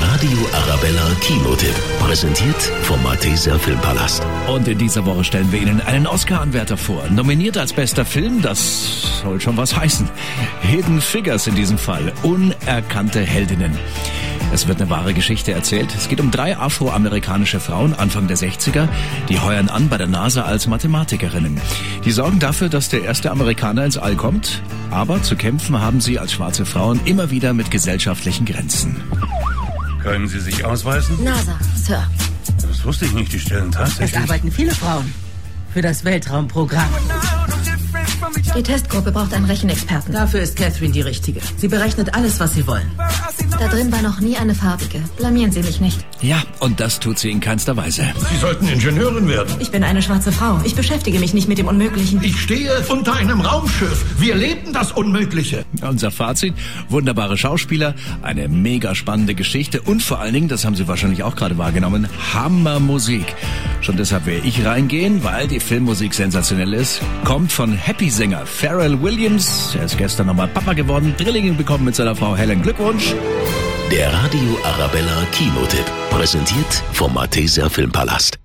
Radio Arabella Kinotipp. Präsentiert vom Malteser Filmpalast. Und in dieser Woche stellen wir Ihnen einen Oscar-Anwärter vor. Nominiert als bester Film, das soll schon was heißen. Hidden Figures in diesem Fall. Unerkannte Heldinnen. Es wird eine wahre Geschichte erzählt. Es geht um drei afroamerikanische Frauen Anfang der 60er, die heuern an bei der NASA als Mathematikerinnen. Die sorgen dafür, dass der erste Amerikaner ins All kommt, aber zu kämpfen haben sie als schwarze Frauen immer wieder mit gesellschaftlichen Grenzen. Können Sie sich ausweisen? NASA, Sir. Das wusste ich nicht, die stellen Es tatsächlich. arbeiten viele Frauen für das Weltraumprogramm. Die Testgruppe braucht einen Rechenexperten. Dafür ist Catherine die Richtige. Sie berechnet alles, was sie wollen. Da drin war noch nie eine farbige. Blamieren Sie mich nicht. Ja, und das tut sie in keinster Weise. Sie sollten Ingenieurin werden. Ich bin eine schwarze Frau. Ich beschäftige mich nicht mit dem Unmöglichen. Ich stehe unter einem Raumschiff. Wir leben das Unmögliche. Unser Fazit, wunderbare Schauspieler, eine mega spannende Geschichte und vor allen Dingen, das haben Sie wahrscheinlich auch gerade wahrgenommen, Hammermusik. Schon deshalb werde ich reingehen, weil die Filmmusik sensationell ist. Kommt von Happy-Sänger Pharrell Williams. Er ist gestern nochmal Papa geworden, Drillinge bekommen mit seiner Frau Helen. Glückwunsch! Der Radio Arabella Kinotipp. Präsentiert vom Malteser Filmpalast.